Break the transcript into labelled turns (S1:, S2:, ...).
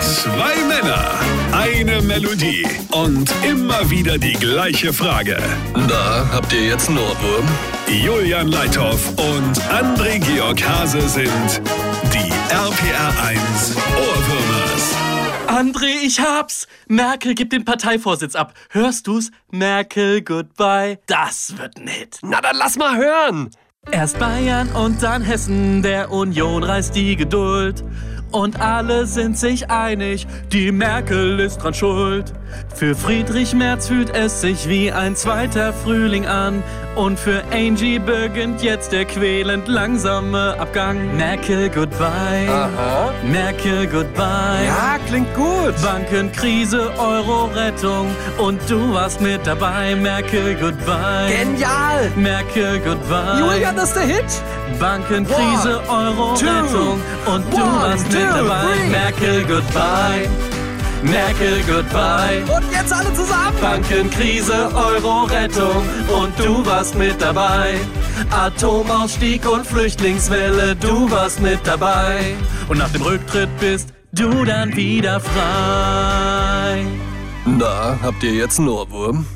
S1: Zwei Männer, eine Melodie und immer wieder die gleiche Frage.
S2: Da habt ihr jetzt einen Ohrwurm.
S1: Julian Leithoff und André Georg Hase sind die RPR1 Ohrwürmers.
S3: André, ich hab's! Merkel gibt den Parteivorsitz ab. Hörst du's? Merkel, goodbye. Das wird ein Hit.
S2: Na dann lass mal hören.
S3: Erst Bayern und dann Hessen, der Union reißt die Geduld. Und alle sind sich einig, die Merkel ist dran schuld. Für Friedrich Merz fühlt es sich wie ein zweiter Frühling an. Und für Angie beginnt jetzt der quälend langsame Abgang. Merkel, goodbye.
S2: Aha.
S3: Merkel, goodbye.
S2: Ja, klingt gut.
S3: Bankenkrise, Euro-Rettung. Und du warst mit dabei. Merkel, goodbye.
S2: Genial.
S3: Merkel, goodbye.
S2: Julian, das ist der Hit.
S3: Bankenkrise, Euro-Rettung und du
S2: one,
S3: warst mit
S2: two,
S3: dabei.
S2: three.
S3: Merkel, goodbye. Merkel, goodbye.
S2: Und jetzt alle zusammen.
S3: Bankenkrise, Euro-Rettung und du warst mit dabei. Atomausstieg und Flüchtlingswelle, du warst mit dabei. Und nach dem Rücktritt bist du dann wieder frei.
S2: Da habt ihr jetzt einen Ohrwurm.